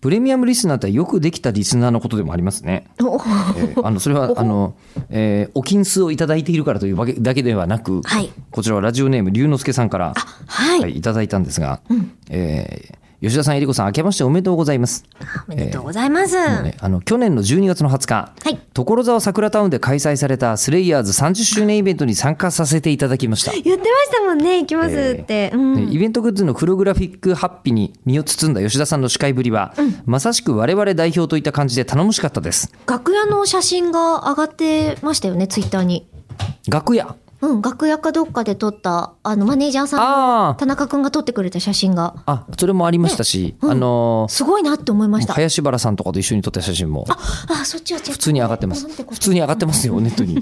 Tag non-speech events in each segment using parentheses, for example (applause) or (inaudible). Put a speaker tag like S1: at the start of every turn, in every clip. S1: プレミアムリスナーってよくできたリスナーのことでもありますね。
S2: お
S1: えーあのそれはあの、えーお金数をいただいているからというわけだけではなく、
S2: はい
S1: こちらはラジオネーム龍之介さんから、
S2: はい、
S1: はい、いただいたんですが、えー吉田さん、えりこさん、明けましておめでとうございます。
S2: おめでとうございます。は
S1: ねあの去年の12月の20日、
S2: はい
S1: 所沢桜タウンで開催されたスレイヤーズ30周年イベントに参加させていただきました。
S2: 言ってましたもんね、行きますって。うん
S1: ねイベントグッズのフログラフィックハッピーに身を包んだ吉田さんの司会ぶりは、まさしく我々代表といった感じで頼もしかったです。
S2: 楽屋の写真が上がってましたよね、ツイッターに。
S1: 楽屋、
S2: うん、楽屋かどっかで撮った、あの、マネージャーさん
S1: あ
S2: の、田中くんが撮ってくれた写真が、
S1: あ、それもありましたし、あのー
S2: すごいなって思いました。
S1: 林原さんとかと一緒に撮った写真も
S2: あ、そっちは普
S1: 普通に上がってます。普通に上がって
S2: (laughs)
S1: ますよ、ネットに。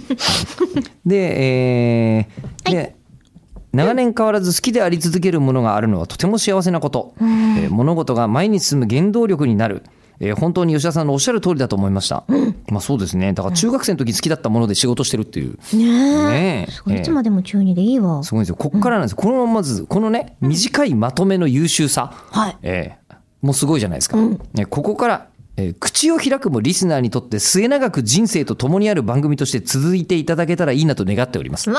S1: で、えーで、長年変わらず好きであり続けるものがあるのはとても幸せなこと。えー物事が前に進む原動力になる。えー本当に吉田さんのおっしゃる通りだと思いました。まあそうですね。だから中学生の時好きだったもので仕事してるっていう。
S2: ね
S1: ねえ
S2: え。いつまでも中二でいいわ。
S1: すごいんですよ。こっからなんですよ。このまず、このね、短いまとめの優秀さ。
S2: はい
S1: ええもうすごいじゃないですか。ねここから、えー口を開くもリスナーにとって末永く人生と共にある番組として続いていただけたらいいなと願っております。
S2: わ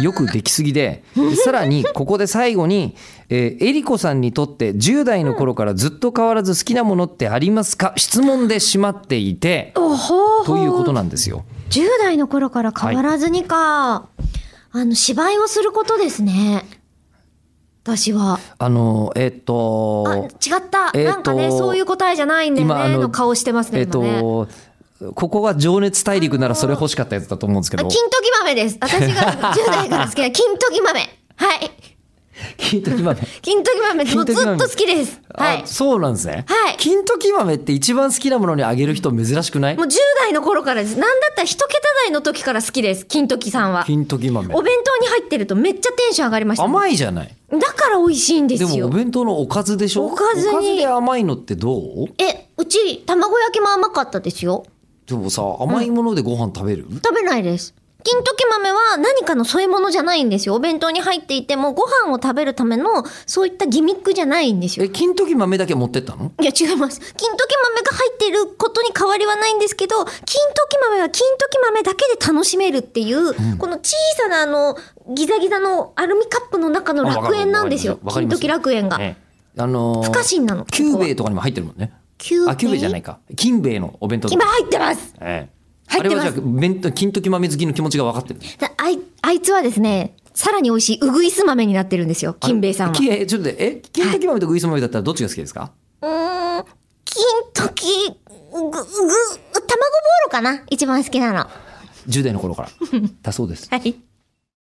S1: よくできすぎで、でさらにここで最後に、えー、えりこさんにとって10代の頃からずっと変わらず好きなものってありますか質問でしまっていて、
S2: ーおほ
S1: という
S2: ほ
S1: ことなんですよ。
S2: 10代の頃から変わらずにか、あの、芝居をすることですね。私は。
S1: あの、えーっと、
S2: あ、違った。
S1: えーと
S2: なんかね、そういう答えじゃないんだよ
S1: 今あ
S2: ね。
S1: の
S2: の顔してますね、
S1: えっ、
S2: 今ね。
S1: と、ここが情熱大陸ならそれ欲しかったやつだと思うんですけ
S2: あ
S1: ど、
S2: 金時豆です。
S1: (laughs)
S2: 私が10代から好きな金時豆。はい。
S1: (laughs) 金時豆。
S2: 金時豆、もうずっと好きです。は
S1: あ
S2: い、。
S1: そうなんですね。
S2: はい
S1: 金時豆って一番好きなものにあげる人珍しくない
S2: もう10代の頃からです。なんだったら一桁台の時から好きです。金時さんは。
S1: 金時豆
S2: お。弁当に入ってるとめっちゃテンション上がりました。
S1: 甘いじゃない。
S2: だから美味しいんで
S1: ですもお
S2: よ。
S1: 弁当のおかずでしょ
S2: おかずに
S1: で甘いのってどう
S2: え、うち、卵焼きも甘かったですよ。
S1: でもさ、甘いものでご飯食べる、
S2: 食べないです。金時豆は何かの添え物じゃないんですよ。お弁当に入っていても、ご飯を食べるための、そういったギミックじゃないんですよ。
S1: え、金時豆だけ持ってったの
S2: いや、違います。金時豆が入っていることに変わりはないんですけど、金時豆は金時豆だけで楽しめるっていう、この小さなあの、ギザギザのアルミカップの中の楽園なんですよ。
S1: わかり
S2: 金
S1: ます
S2: 時楽園が。
S1: ええあのー
S2: 不可侵なの
S1: キューベイとかにも入ってるもんね。
S2: キューベイ
S1: あ、キューベイじゃないか。金兵衛のお弁当とか
S2: 今入ってます
S1: ええ
S2: 入ってます
S1: あれはじゃあ弁当金時豆好きの気持ちが分かってる
S2: だあい、あいつはですね、さらに美味しい、うぐいす豆になってるんですよ。金兵衛さんは。
S1: きえちょっと待ってえ金時豆とグイス豆だったらどっちが好きですか、
S2: うーん、金時、ぐ、ぐ、卵ボーロかな一番好きなの。は (laughs)
S1: 10代の頃からだそうです
S2: い。